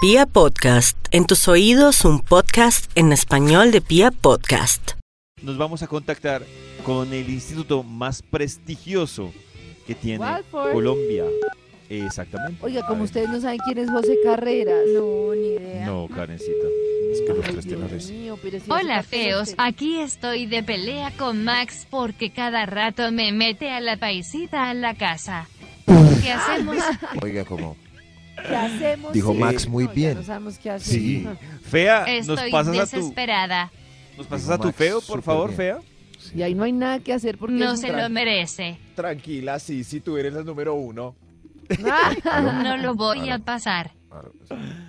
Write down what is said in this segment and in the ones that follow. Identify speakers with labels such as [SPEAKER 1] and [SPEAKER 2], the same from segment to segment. [SPEAKER 1] Pia Podcast, en tus oídos un podcast en español de Pia Podcast.
[SPEAKER 2] Nos vamos a contactar con el instituto más prestigioso que tiene
[SPEAKER 3] Walford.
[SPEAKER 2] Colombia. Exactamente.
[SPEAKER 3] Oiga,
[SPEAKER 2] A
[SPEAKER 3] como
[SPEAKER 2] ver.
[SPEAKER 3] ustedes no saben quién es José Carreras.
[SPEAKER 4] No, ni idea.
[SPEAKER 2] No, Karencita. Es que los
[SPEAKER 3] Ay,
[SPEAKER 2] tres
[SPEAKER 3] Dios
[SPEAKER 2] tenores.
[SPEAKER 3] mío, pero si
[SPEAKER 5] Hola
[SPEAKER 3] hace parte de
[SPEAKER 5] feos,
[SPEAKER 3] usted.
[SPEAKER 5] aquí estoy de pelea con Max porque cada rato me mete a la paisita a la casa. ¿Qué hacemos?
[SPEAKER 6] Oiga, como
[SPEAKER 3] ¿Qué hacemos?
[SPEAKER 6] Dijo Max muy
[SPEAKER 3] No, ya
[SPEAKER 6] bien.
[SPEAKER 3] no sabemos qué hacer.
[SPEAKER 6] Sí.
[SPEAKER 2] Fea, nos
[SPEAKER 5] Estoy
[SPEAKER 2] pasas a tu,
[SPEAKER 5] desesperada.
[SPEAKER 2] nos pasas a tu
[SPEAKER 6] Max,
[SPEAKER 2] feo, por
[SPEAKER 6] súper
[SPEAKER 2] favor,
[SPEAKER 6] bien. ¿Eh?
[SPEAKER 2] fea.
[SPEAKER 6] sí.
[SPEAKER 3] Y ahí no hay nada que hacer porque
[SPEAKER 5] No
[SPEAKER 3] es un
[SPEAKER 5] se lo merece.
[SPEAKER 7] Tranquila, sí, si tú eres la número uno.
[SPEAKER 3] Ah,
[SPEAKER 6] Aló,
[SPEAKER 5] No lo voy a pasar.
[SPEAKER 6] aló.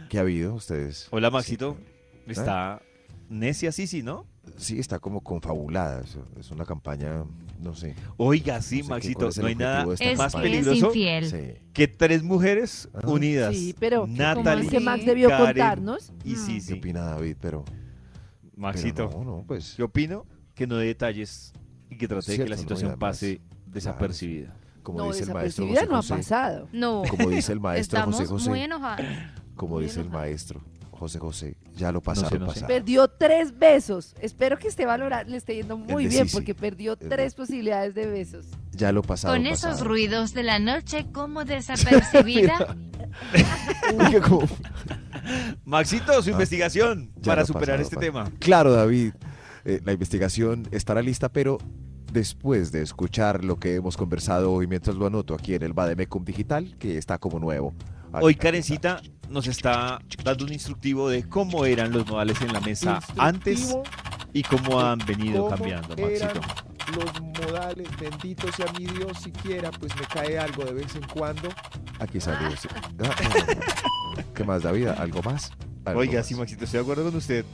[SPEAKER 6] ¿Qué ha habido ustedes?
[SPEAKER 2] Hola, Maxito.
[SPEAKER 6] Sí, ¿eh?
[SPEAKER 2] Está necia Sisi, ¿no?
[SPEAKER 6] Sí, está como confabulada. es- Es una campaña, no sé.
[SPEAKER 2] Oiga, sí,
[SPEAKER 6] No sé qué-
[SPEAKER 2] Maxito,
[SPEAKER 6] cuál es el
[SPEAKER 2] no hay nada
[SPEAKER 6] objetivo de esta
[SPEAKER 5] Es
[SPEAKER 2] más
[SPEAKER 6] campaña.
[SPEAKER 5] que es
[SPEAKER 2] peligroso
[SPEAKER 5] infiel.
[SPEAKER 6] Sí.
[SPEAKER 2] que tres mujeres
[SPEAKER 6] Ah.
[SPEAKER 2] unidas.
[SPEAKER 3] Sí, pero
[SPEAKER 2] Natalie
[SPEAKER 3] es que Max debió
[SPEAKER 2] Karen.
[SPEAKER 3] contarnos.
[SPEAKER 2] y sí,
[SPEAKER 6] ¿Qué opina David? Pero, pero
[SPEAKER 2] Maxito,
[SPEAKER 6] no, no, pues.
[SPEAKER 2] yo opino que no dé detalles y que trate de que
[SPEAKER 6] Cierto,
[SPEAKER 2] la
[SPEAKER 6] no, y
[SPEAKER 2] situación
[SPEAKER 6] además,
[SPEAKER 2] pase desapercibida.
[SPEAKER 6] Como
[SPEAKER 3] No,
[SPEAKER 6] dice el maestro
[SPEAKER 3] desapercibida
[SPEAKER 6] José
[SPEAKER 3] no ha
[SPEAKER 6] José,
[SPEAKER 3] pasado.
[SPEAKER 4] No.
[SPEAKER 6] Como dice el maestro
[SPEAKER 4] Estamos
[SPEAKER 6] José José.
[SPEAKER 4] muy enojados.
[SPEAKER 6] como
[SPEAKER 4] muy
[SPEAKER 6] dice el
[SPEAKER 4] enojados.
[SPEAKER 6] maestro José José. Ya lo pasado,
[SPEAKER 2] sé, no sé.
[SPEAKER 6] pasado.
[SPEAKER 3] Perdió tres besos. Espero que esté valorando, le esté yendo muy
[SPEAKER 6] de
[SPEAKER 3] bien
[SPEAKER 6] Sisi.
[SPEAKER 3] porque perdió
[SPEAKER 6] de-
[SPEAKER 3] tres posibilidades de besos.
[SPEAKER 6] Ya lo pasado.
[SPEAKER 5] Con esos
[SPEAKER 6] pasado.
[SPEAKER 5] ruidos de la noche como desapercibida,
[SPEAKER 6] Oiga, como-
[SPEAKER 2] Maxito, su
[SPEAKER 6] Ah.
[SPEAKER 2] investigación
[SPEAKER 6] Ya
[SPEAKER 2] para
[SPEAKER 6] lo
[SPEAKER 2] superar
[SPEAKER 6] pasado,
[SPEAKER 2] este
[SPEAKER 6] pa-
[SPEAKER 2] tema.
[SPEAKER 6] Claro, David, eh, la investigación estará lista, pero después de escuchar lo que hemos conversado hoy mientras lo anoto aquí en el Bademecum Digital, que está como nuevo. Aquí,
[SPEAKER 2] Hoy
[SPEAKER 6] aquí está.
[SPEAKER 2] Karencita nos está dando un instructivo de cómo eran los modales en la mesa antes
[SPEAKER 7] Instructivo,
[SPEAKER 2] y cómo han venido
[SPEAKER 7] ¿Cómo
[SPEAKER 2] cambiando,
[SPEAKER 7] eran?
[SPEAKER 2] Maxito.
[SPEAKER 7] Los modales, bendito sea mi Dios siquiera, pues me cae algo de vez en cuando.
[SPEAKER 6] Aquí salió. sí. Ah, no, no, no. ¿Qué más, David? ¿Algo más? Algo
[SPEAKER 2] Oiga,
[SPEAKER 6] más.
[SPEAKER 2] sí, Maxito, estoy de acuerdo con usted.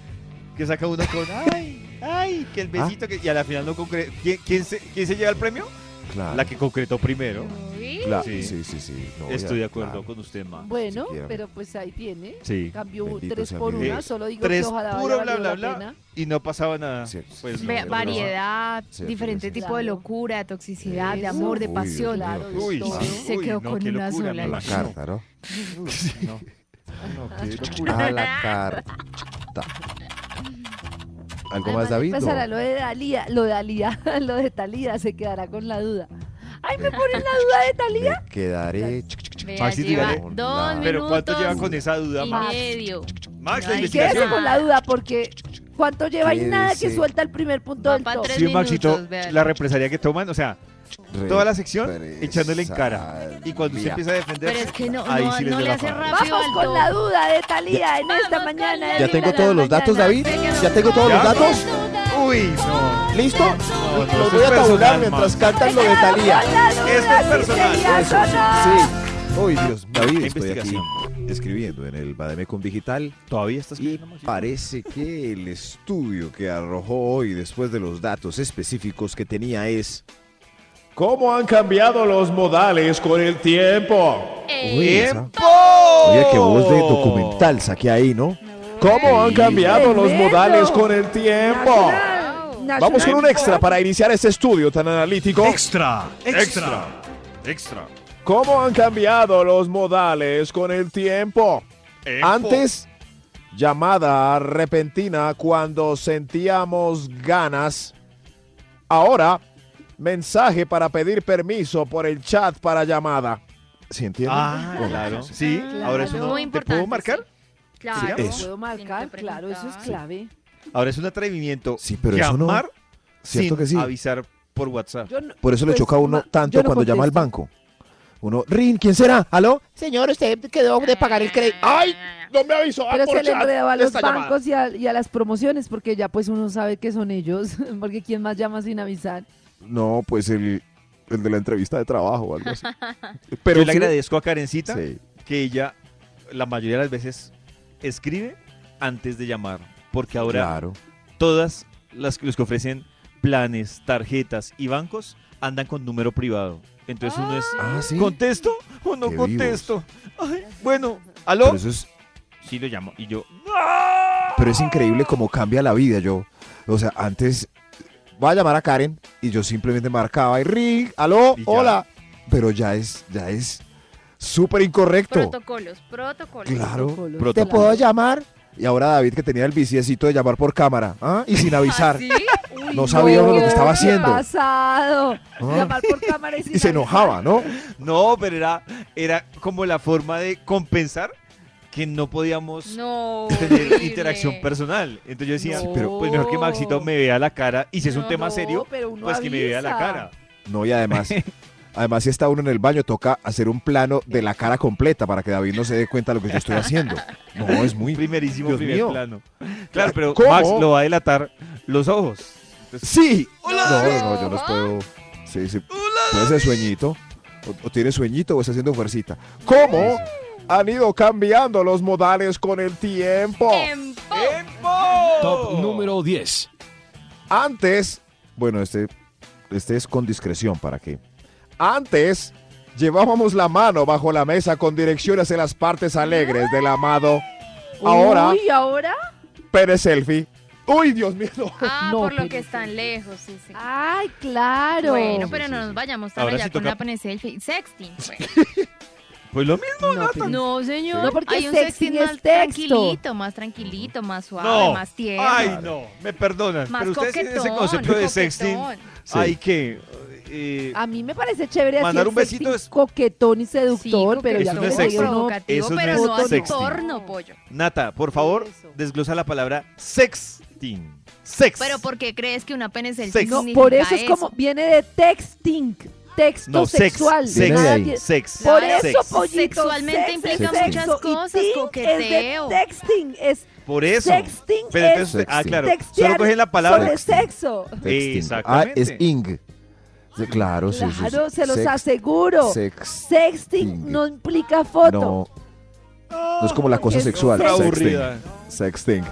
[SPEAKER 2] Que saca uno con, ay, ay, que el besito,
[SPEAKER 6] Ah.
[SPEAKER 2] que... y a la final no concreta. ¿Quién, quién se, ¿Quién se lleva el premio?
[SPEAKER 6] Claro.
[SPEAKER 2] La que concretó primero.
[SPEAKER 4] Uy.
[SPEAKER 6] Cla-
[SPEAKER 2] Sí.
[SPEAKER 6] sí, sí, sí. no,
[SPEAKER 2] Estoy
[SPEAKER 6] ya,
[SPEAKER 2] de acuerdo
[SPEAKER 6] claro.
[SPEAKER 2] con usted, Max.
[SPEAKER 3] Bueno,
[SPEAKER 6] siquiera.
[SPEAKER 3] pero pues ahí tiene.
[SPEAKER 2] Sí.
[SPEAKER 3] Cambió
[SPEAKER 6] Bendito
[SPEAKER 3] tres
[SPEAKER 6] sea
[SPEAKER 3] por
[SPEAKER 6] mi
[SPEAKER 3] una.
[SPEAKER 2] Dios.
[SPEAKER 3] Solo digo
[SPEAKER 2] Tres
[SPEAKER 3] que ojalá
[SPEAKER 2] puro
[SPEAKER 3] haya
[SPEAKER 2] bla,
[SPEAKER 3] valido
[SPEAKER 2] bla,
[SPEAKER 3] la
[SPEAKER 2] bla.
[SPEAKER 3] pena.
[SPEAKER 2] Y no pasaba nada.
[SPEAKER 6] Sí,
[SPEAKER 2] Pues
[SPEAKER 6] sí,
[SPEAKER 4] Ve-
[SPEAKER 2] no, no
[SPEAKER 4] variedad,
[SPEAKER 6] Sí,
[SPEAKER 4] diferente
[SPEAKER 6] sí, sí.
[SPEAKER 4] tipo de
[SPEAKER 3] Claro.
[SPEAKER 4] locura, de toxicidad, de
[SPEAKER 3] Eso.
[SPEAKER 4] amor, de
[SPEAKER 6] Uy,
[SPEAKER 4] pasión.
[SPEAKER 6] Dios mío,
[SPEAKER 3] Claro,
[SPEAKER 6] qué
[SPEAKER 2] Uy,
[SPEAKER 6] pesar.
[SPEAKER 2] sí.
[SPEAKER 4] Se
[SPEAKER 2] Uy,
[SPEAKER 4] quedó
[SPEAKER 2] no,
[SPEAKER 4] con
[SPEAKER 2] qué
[SPEAKER 4] una
[SPEAKER 2] locura,
[SPEAKER 4] sola.
[SPEAKER 6] A la carta, ¿no?
[SPEAKER 2] No. No, qué locura.
[SPEAKER 6] A la carta. ¿Algo
[SPEAKER 3] Además,
[SPEAKER 6] más, David? No.
[SPEAKER 3] Empezará Pues lo de Dalía, lo de Dalía, lo de Talía se quedará con la duda. Ay, me ponen la duda de Talía.
[SPEAKER 6] Me quedaré. chic, chic, chic,
[SPEAKER 4] Vea,
[SPEAKER 6] chic,
[SPEAKER 2] Maxito,
[SPEAKER 6] con
[SPEAKER 4] lleva
[SPEAKER 2] dígale.
[SPEAKER 6] la-
[SPEAKER 4] dos
[SPEAKER 2] Pero ¿cuánto
[SPEAKER 4] minutos
[SPEAKER 2] llevan con esa duda,
[SPEAKER 4] y
[SPEAKER 2] Max?
[SPEAKER 4] medio.
[SPEAKER 2] Max, la
[SPEAKER 3] Y
[SPEAKER 4] Ay,
[SPEAKER 2] investigación.
[SPEAKER 3] quédese con la duda porque cuánto lleva y nada que
[SPEAKER 6] Quédese.
[SPEAKER 3] suelta el primer punto
[SPEAKER 4] Va
[SPEAKER 3] del
[SPEAKER 4] pa'
[SPEAKER 3] top.
[SPEAKER 4] tres
[SPEAKER 2] Sí, Maxito,
[SPEAKER 4] minutos, vean.
[SPEAKER 2] la represalia que toman, o sea, toda la sección echándole en cara. Y cuando usted
[SPEAKER 6] Mira.
[SPEAKER 2] empieza a defenderse,
[SPEAKER 4] Pero es que no,
[SPEAKER 2] ahí
[SPEAKER 4] no-
[SPEAKER 2] sí les
[SPEAKER 4] no
[SPEAKER 2] da
[SPEAKER 4] le
[SPEAKER 2] la
[SPEAKER 4] hace
[SPEAKER 2] fama.
[SPEAKER 4] rápido
[SPEAKER 3] Vamos
[SPEAKER 4] al
[SPEAKER 3] con
[SPEAKER 4] top.
[SPEAKER 3] la duda de Talía en esta
[SPEAKER 4] Vamos con
[SPEAKER 3] mañana.
[SPEAKER 4] la
[SPEAKER 3] en
[SPEAKER 6] Ya
[SPEAKER 4] Dale,
[SPEAKER 6] tengo
[SPEAKER 3] Vibra
[SPEAKER 6] todos
[SPEAKER 3] la
[SPEAKER 6] los datos,
[SPEAKER 3] Mañana.
[SPEAKER 6] David. Ya tengo todos
[SPEAKER 2] ¿Ya?
[SPEAKER 6] los datos.
[SPEAKER 2] Uy, no.
[SPEAKER 6] ¿Listo?
[SPEAKER 2] No, no,
[SPEAKER 6] Los
[SPEAKER 2] eso
[SPEAKER 6] voy
[SPEAKER 2] es
[SPEAKER 6] a
[SPEAKER 2] personal,
[SPEAKER 6] tabular mientras
[SPEAKER 2] Max.
[SPEAKER 6] cantan lo de Talía.
[SPEAKER 2] Esto es personal.
[SPEAKER 6] Eso, Sí. Uy, Dios mío. David,
[SPEAKER 2] Qué
[SPEAKER 6] estoy aquí
[SPEAKER 2] investigación.
[SPEAKER 6] escribiendo en el Bademecum Digital
[SPEAKER 2] Todavía estás
[SPEAKER 6] y
[SPEAKER 2] creyendo, Maxito?
[SPEAKER 6] parece que el estudio que arrojó hoy después de los datos específicos que tenía es...
[SPEAKER 7] ¿Cómo han cambiado los modales con el tiempo?
[SPEAKER 4] Eh,
[SPEAKER 6] Uy, esa-
[SPEAKER 2] ¡Tiempo!
[SPEAKER 6] Oiga, qué voz de documental saqué ahí, ¿no?
[SPEAKER 7] ¿Cómo han cambiado los
[SPEAKER 3] Tremendo.
[SPEAKER 7] modales con el tiempo?
[SPEAKER 3] Nacional,
[SPEAKER 7] Vamos con
[SPEAKER 3] Nacional.
[SPEAKER 7] un extra para iniciar este estudio tan analítico.
[SPEAKER 8] Extra, extra,
[SPEAKER 2] Extra.
[SPEAKER 7] ¿Cómo han cambiado los modales con el tiempo? Antes, llamada repentina cuando sentíamos ganas. Ahora, mensaje para pedir permiso por el chat para llamada.
[SPEAKER 6] ¿Sí entienden?
[SPEAKER 2] Ah,
[SPEAKER 6] Bueno,
[SPEAKER 2] claro. Sí,
[SPEAKER 4] Claro,
[SPEAKER 2] ahora es uno.
[SPEAKER 4] Ah, muy
[SPEAKER 2] ¿Te puedo
[SPEAKER 4] importante,
[SPEAKER 2] marcar?
[SPEAKER 4] sí. Claro.
[SPEAKER 6] Sí, eso.
[SPEAKER 3] Puedo marcar, claro, eso es clave.
[SPEAKER 2] Ahora es un atrevimiento.
[SPEAKER 6] Sí, pero eso no.
[SPEAKER 2] llamar
[SPEAKER 6] ¿Cierto
[SPEAKER 2] sin
[SPEAKER 6] que sí?
[SPEAKER 2] avisar por WhatsApp.
[SPEAKER 3] Yo no-
[SPEAKER 6] Por eso le
[SPEAKER 3] pues,
[SPEAKER 6] choca a uno
[SPEAKER 3] ma-
[SPEAKER 6] tanto
[SPEAKER 3] yo no
[SPEAKER 6] cuando llama al
[SPEAKER 3] contesto.
[SPEAKER 6] banco. Uno, Rin, ¿quién será? ¿Aló?
[SPEAKER 9] Señor, usted quedó de pagar el crédito.
[SPEAKER 4] Ah,
[SPEAKER 7] ¡Ay! No me avisó. ah,
[SPEAKER 3] Pero
[SPEAKER 7] por
[SPEAKER 3] se le
[SPEAKER 7] chat
[SPEAKER 3] enredaba a los
[SPEAKER 7] esta llamada.
[SPEAKER 3] bancos y a, y a las promociones porque ya pues uno sabe que son ellos, porque quién más llama sin avisar.
[SPEAKER 6] No, pues el, el de la entrevista de trabajo o algo así.
[SPEAKER 2] Pero
[SPEAKER 6] Pero
[SPEAKER 2] Yo le
[SPEAKER 6] sí-
[SPEAKER 2] agradezco a Karencita
[SPEAKER 6] Sí.
[SPEAKER 2] que ella la mayoría de las veces escribe antes de llamar. Porque ahora
[SPEAKER 6] claro.
[SPEAKER 2] todas las los que ofrecen planes, tarjetas y bancos andan con número privado. Entonces uno es
[SPEAKER 6] Ah, sí.
[SPEAKER 2] ¿contesto o no
[SPEAKER 6] Qué vivos.
[SPEAKER 2] contesto? Ay, bueno, ¿aló?
[SPEAKER 6] Pero, eso es,
[SPEAKER 2] Sí lo llamo. Y yo,
[SPEAKER 6] pero es increíble cómo cambia la vida. Yo, o sea, antes voy a llamar a Karen y yo simplemente marcaba y Ring, aló,
[SPEAKER 2] Y ya.
[SPEAKER 6] hola. Pero ya es, ya es Súper incorrecto.
[SPEAKER 4] Protocolos, protocolos.
[SPEAKER 6] Claro.
[SPEAKER 3] Protocolos.
[SPEAKER 9] ¿Te
[SPEAKER 6] protocolo.
[SPEAKER 9] puedo llamar?
[SPEAKER 6] Y ahora David que tenía el viciecito de llamar por cámara ¿ah? y sin avisar.
[SPEAKER 4] ¿Así? Uy,
[SPEAKER 6] No sabía uno lo que estaba
[SPEAKER 3] ¿Qué
[SPEAKER 6] haciendo.
[SPEAKER 3] pasado?
[SPEAKER 6] Ah.
[SPEAKER 3] Llamar por cámara y, sin
[SPEAKER 6] Y se
[SPEAKER 3] avisar.
[SPEAKER 6] enojaba, ¿no?
[SPEAKER 2] No, pero era, era como la forma de compensar que no podíamos
[SPEAKER 4] No.
[SPEAKER 2] tener
[SPEAKER 4] horrible.
[SPEAKER 2] interacción personal. Entonces yo decía,
[SPEAKER 4] No.
[SPEAKER 2] pero pues mejor que Maxito me vea la cara y si es un
[SPEAKER 4] No,
[SPEAKER 2] tema
[SPEAKER 3] No,
[SPEAKER 2] serio,
[SPEAKER 3] pero uno
[SPEAKER 2] pues que me vea la
[SPEAKER 3] avisa.
[SPEAKER 2] cara.
[SPEAKER 6] No, y además, además si está uno en el baño, toca hacer un plano de la cara completa para que David no se dé cuenta de lo que yo estoy haciendo. No, es muy...
[SPEAKER 2] Primerísimo
[SPEAKER 6] Dios
[SPEAKER 2] primer
[SPEAKER 6] mío.
[SPEAKER 2] plano. Claro, pero
[SPEAKER 6] ¿Cómo?
[SPEAKER 2] Max lo va a delatar los ojos.
[SPEAKER 6] ¡Sí!
[SPEAKER 4] Hola, David.
[SPEAKER 6] No, no, yo los puedo... Sí, sí. Puede ser sueñito. O, o tiene sueñito o está haciendo fuercita.
[SPEAKER 7] ¿Cómo han ido cambiando los modales con el tiempo?
[SPEAKER 4] Tiempo.
[SPEAKER 8] Top número 10.
[SPEAKER 7] Antes,
[SPEAKER 6] Bueno, este, este es con discreción para que...
[SPEAKER 7] antes llevábamos la mano bajo la mesa con dirección hacia las partes alegres del amado. Ahora,
[SPEAKER 3] Uy, ahora.
[SPEAKER 7] Pérez Selfie. Uy, Dios mío. no.
[SPEAKER 4] Ah,
[SPEAKER 3] No,
[SPEAKER 4] por lo
[SPEAKER 3] pero-
[SPEAKER 4] que están lejos, sí, sí.
[SPEAKER 3] Ay, claro.
[SPEAKER 4] Bueno, pero no nos vayamos tan
[SPEAKER 2] Ahora
[SPEAKER 4] allá
[SPEAKER 2] sí
[SPEAKER 4] con
[SPEAKER 2] toca-
[SPEAKER 4] la pane selfie. Sexting. pues.
[SPEAKER 2] Pues lo mismo.
[SPEAKER 3] No, pero-
[SPEAKER 4] No, señor.
[SPEAKER 3] No, porque
[SPEAKER 4] Hay un
[SPEAKER 3] sexting
[SPEAKER 4] sexting
[SPEAKER 3] es
[SPEAKER 4] más
[SPEAKER 3] texto.
[SPEAKER 4] tranquilito, más tranquilito, más suave,
[SPEAKER 2] No.
[SPEAKER 4] más tierno.
[SPEAKER 2] Ay, no, me perdonan.
[SPEAKER 4] Más
[SPEAKER 2] pero ustedes tienen ese
[SPEAKER 4] coquetón,
[SPEAKER 2] concepto de sexting.
[SPEAKER 4] coquetón. Ah.
[SPEAKER 2] Ay, que eh,
[SPEAKER 3] A mí me parece chévere así
[SPEAKER 2] Mandar
[SPEAKER 3] el
[SPEAKER 2] un besito
[SPEAKER 3] sexting
[SPEAKER 2] es-
[SPEAKER 3] coquetón y
[SPEAKER 4] Sí,
[SPEAKER 3] seductor, pero ya
[SPEAKER 2] coquetón,
[SPEAKER 3] me
[SPEAKER 2] es
[SPEAKER 3] digo,
[SPEAKER 2] sexting.
[SPEAKER 3] no,
[SPEAKER 4] provocativo,
[SPEAKER 2] Eso no
[SPEAKER 4] pero
[SPEAKER 2] es
[SPEAKER 4] no, hace
[SPEAKER 2] sexting.
[SPEAKER 4] porno, pollo.
[SPEAKER 2] Nata, por favor,
[SPEAKER 3] Eso.
[SPEAKER 2] desglosa la palabra sexting. Sex.
[SPEAKER 4] Pero ¿por qué crees que una pene selfie
[SPEAKER 2] Sex.
[SPEAKER 3] no,
[SPEAKER 4] significa
[SPEAKER 3] por eso es como viene de texting, texto
[SPEAKER 2] No, sex,
[SPEAKER 3] sexual.
[SPEAKER 2] sex,
[SPEAKER 3] Nada
[SPEAKER 6] sex.
[SPEAKER 3] tiene-
[SPEAKER 2] sex.
[SPEAKER 3] Por
[SPEAKER 4] Claro.
[SPEAKER 3] eso,
[SPEAKER 2] Sex.
[SPEAKER 3] pollito,
[SPEAKER 4] Sexualmente
[SPEAKER 3] sex es
[SPEAKER 4] implica
[SPEAKER 3] sexo
[SPEAKER 4] muchas
[SPEAKER 3] y
[SPEAKER 4] cosas,
[SPEAKER 3] ting es de
[SPEAKER 4] coqueteo.
[SPEAKER 3] texting es
[SPEAKER 2] Por eso.
[SPEAKER 3] sexting
[SPEAKER 2] Pero
[SPEAKER 3] es
[SPEAKER 2] entonces, ah,
[SPEAKER 6] sexting.
[SPEAKER 2] claro, solo
[SPEAKER 3] textear
[SPEAKER 2] cogen la palabra.
[SPEAKER 3] sobre sexo.
[SPEAKER 6] Texting.
[SPEAKER 2] Exactamente.
[SPEAKER 6] Ah, es ing. Sí, Claro, sí, sí, sí.
[SPEAKER 3] Claro, se los
[SPEAKER 6] Sex-
[SPEAKER 3] aseguro.
[SPEAKER 6] Sex.
[SPEAKER 3] Sexting no implica foto.
[SPEAKER 6] No. No es como la cosa
[SPEAKER 3] Eso
[SPEAKER 6] sexual.
[SPEAKER 3] es
[SPEAKER 2] Otra
[SPEAKER 6] Sexting.
[SPEAKER 2] aburrida.
[SPEAKER 6] Sexting.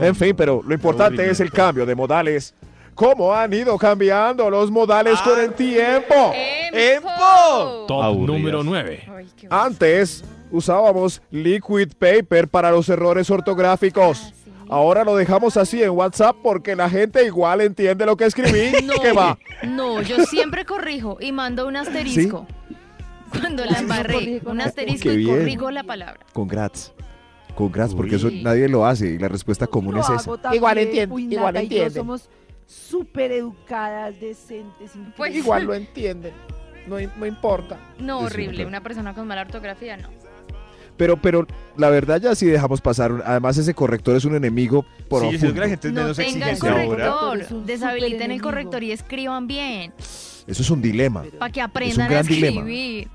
[SPEAKER 7] En fin, pero lo importante
[SPEAKER 2] Horrible.
[SPEAKER 7] es el cambio de modales. ¿Cómo han ido cambiando los modales con el tiempo?
[SPEAKER 4] ¡Empo!
[SPEAKER 8] Top
[SPEAKER 2] Aburridas.
[SPEAKER 8] número 9.
[SPEAKER 4] Ay, qué bueno.
[SPEAKER 7] Antes usábamos liquid paper para los errores ortográficos.
[SPEAKER 4] Ah, sí.
[SPEAKER 7] Ahora lo dejamos así en WhatsApp porque la gente igual entiende lo que escribí.
[SPEAKER 4] No,
[SPEAKER 7] ¿Qué va?
[SPEAKER 4] no, yo siempre corrijo y mando un asterisco. Cuando la embarré,
[SPEAKER 3] corrige con
[SPEAKER 4] un
[SPEAKER 3] la-
[SPEAKER 4] asterisco
[SPEAKER 6] Qué
[SPEAKER 4] y
[SPEAKER 6] bien.
[SPEAKER 4] corrijo la palabra.
[SPEAKER 6] Congrats. Congrats, porque eso
[SPEAKER 4] Uy.
[SPEAKER 6] nadie lo hace y la respuesta común
[SPEAKER 3] Lo
[SPEAKER 6] es
[SPEAKER 3] hago
[SPEAKER 6] esa.
[SPEAKER 3] también.
[SPEAKER 9] Igual entiende,
[SPEAKER 3] Uy,
[SPEAKER 9] igual
[SPEAKER 3] Nata y yo
[SPEAKER 9] entiende.
[SPEAKER 3] somos súper educadas, decentes, increíbles.
[SPEAKER 4] Pues-
[SPEAKER 9] Igual lo entienden. No, im- no importa.
[SPEAKER 4] No,
[SPEAKER 6] Es
[SPEAKER 4] horrible.
[SPEAKER 6] verdad.
[SPEAKER 4] Una persona con mala ortografía, no.
[SPEAKER 6] Pero, pero la verdad ya sí dejamos pasar. un- Además ese corrector es un enemigo por
[SPEAKER 2] Sí, yo siento que la gente es
[SPEAKER 4] No
[SPEAKER 2] menos
[SPEAKER 4] tengan
[SPEAKER 2] exigente
[SPEAKER 6] correcto.
[SPEAKER 2] ahora.
[SPEAKER 4] corrector.
[SPEAKER 3] Es un
[SPEAKER 4] Deshabiliten el
[SPEAKER 3] superenemigo.
[SPEAKER 4] corrector y escriban bien.
[SPEAKER 6] Eso es un dilema,
[SPEAKER 4] Para que aprendan a
[SPEAKER 6] gran dilema.
[SPEAKER 4] escribir.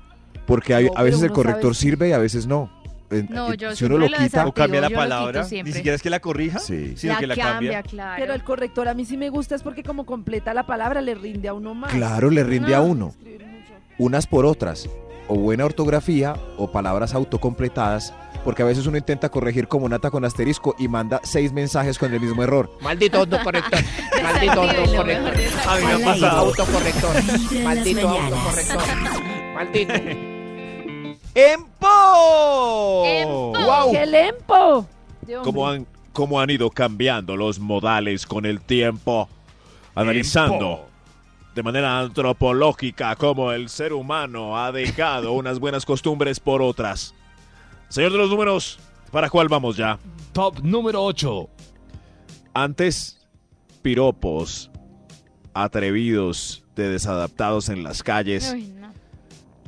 [SPEAKER 6] porque hay-
[SPEAKER 3] No,
[SPEAKER 6] a veces
[SPEAKER 3] pero
[SPEAKER 6] el
[SPEAKER 3] uno
[SPEAKER 6] corrector
[SPEAKER 3] sabe-
[SPEAKER 6] sirve y a veces no. En-
[SPEAKER 4] No,
[SPEAKER 6] eh,
[SPEAKER 4] yo
[SPEAKER 6] si uno lo
[SPEAKER 4] siempre lo
[SPEAKER 6] quita,
[SPEAKER 2] O cambia
[SPEAKER 4] Yo
[SPEAKER 2] la
[SPEAKER 4] lo quito
[SPEAKER 2] palabra. Ni
[SPEAKER 4] siempre.
[SPEAKER 2] siquiera es que la corrija,
[SPEAKER 6] sí.
[SPEAKER 2] sino que la cambia.
[SPEAKER 4] claro.
[SPEAKER 3] Pero el corrector a mí sí me gusta, es porque como completa la palabra le rinde a uno más.
[SPEAKER 6] Claro, le rinde a
[SPEAKER 4] No.
[SPEAKER 6] uno,
[SPEAKER 3] Escribir mucho.
[SPEAKER 6] unas por otras, o buena ortografía o palabras autocompletadas, porque a veces uno intenta corregir como nata con asterisco y manda seis mensajes con el mismo error.
[SPEAKER 9] Maldito autocorrector. Maldito
[SPEAKER 4] Desactívenlo, mejor
[SPEAKER 9] autocorrector.
[SPEAKER 6] Ah,
[SPEAKER 2] A mí me
[SPEAKER 1] Al
[SPEAKER 2] ha
[SPEAKER 1] aire.
[SPEAKER 9] Maldito
[SPEAKER 2] pasado.
[SPEAKER 9] autocorrector.
[SPEAKER 1] en las
[SPEAKER 9] Maldito
[SPEAKER 1] mañanas.
[SPEAKER 9] autocorrector. Maldito.
[SPEAKER 2] ¡Empo!
[SPEAKER 4] ¡Empo!
[SPEAKER 7] ¡Wow!
[SPEAKER 3] ¡Qué lempo!
[SPEAKER 7] ¿Cómo han, cómo han ido cambiando los modales con el tiempo? Analizando de manera antropológica cómo el ser humano ha dejado unas buenas costumbres por otras. Señor de los números, ¿para cuál vamos ya?
[SPEAKER 8] Top número 8.
[SPEAKER 7] Antes, piropos atrevidos de desadaptados en las calles.
[SPEAKER 4] Ay, no.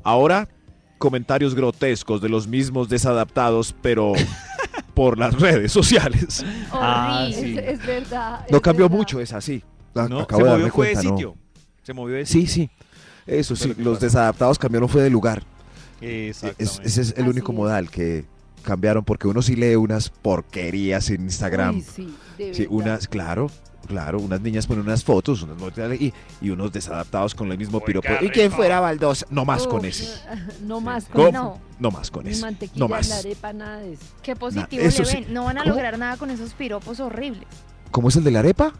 [SPEAKER 7] Ahora, comentarios grotescos de los mismos desadaptados, pero por las redes sociales.
[SPEAKER 2] Ah,
[SPEAKER 4] Horrible.
[SPEAKER 2] sí.
[SPEAKER 3] Es, es verdad.
[SPEAKER 6] No
[SPEAKER 3] es
[SPEAKER 6] cambió
[SPEAKER 3] verdad.
[SPEAKER 6] mucho, es así. A-
[SPEAKER 2] No,
[SPEAKER 6] Ah, acabo
[SPEAKER 2] se
[SPEAKER 6] de
[SPEAKER 2] movió
[SPEAKER 6] darme
[SPEAKER 2] fue de
[SPEAKER 6] cuenta, ¿no?
[SPEAKER 2] sitio. Se movió de sitio.
[SPEAKER 6] Sí, sí.
[SPEAKER 2] Eso
[SPEAKER 6] Eso
[SPEAKER 2] es
[SPEAKER 6] sí,
[SPEAKER 2] lo que
[SPEAKER 6] los
[SPEAKER 2] pasa.
[SPEAKER 6] desadaptados cambiaron fue de lugar. Es-
[SPEAKER 2] Exactamente.
[SPEAKER 6] ese es el
[SPEAKER 3] Así
[SPEAKER 6] único
[SPEAKER 3] es.
[SPEAKER 6] modal que cambiaron porque uno sí lee unas porquerías en Instagram.
[SPEAKER 3] Uy, sí, de
[SPEAKER 6] Sí,
[SPEAKER 3] verdad.
[SPEAKER 6] unas, claro, claro, unas niñas ponen unas fotos, unas notas y, y unos desadaptados con el mismo piropo. Y que fuera baldosa, no más con
[SPEAKER 3] Uf,
[SPEAKER 6] ese.
[SPEAKER 3] No más con
[SPEAKER 6] No,
[SPEAKER 3] eso.
[SPEAKER 4] No.
[SPEAKER 6] no más con
[SPEAKER 3] Ni
[SPEAKER 6] ese.
[SPEAKER 3] mantequilla
[SPEAKER 6] No
[SPEAKER 3] en la
[SPEAKER 6] más.
[SPEAKER 3] arepa, nada de eso.
[SPEAKER 4] Qué positivo
[SPEAKER 6] eso
[SPEAKER 4] le
[SPEAKER 6] sí.
[SPEAKER 4] ven. No van a
[SPEAKER 6] ¿Cómo?
[SPEAKER 4] lograr nada con esos piropos horribles.
[SPEAKER 6] ¿Cómo es el de la arepa?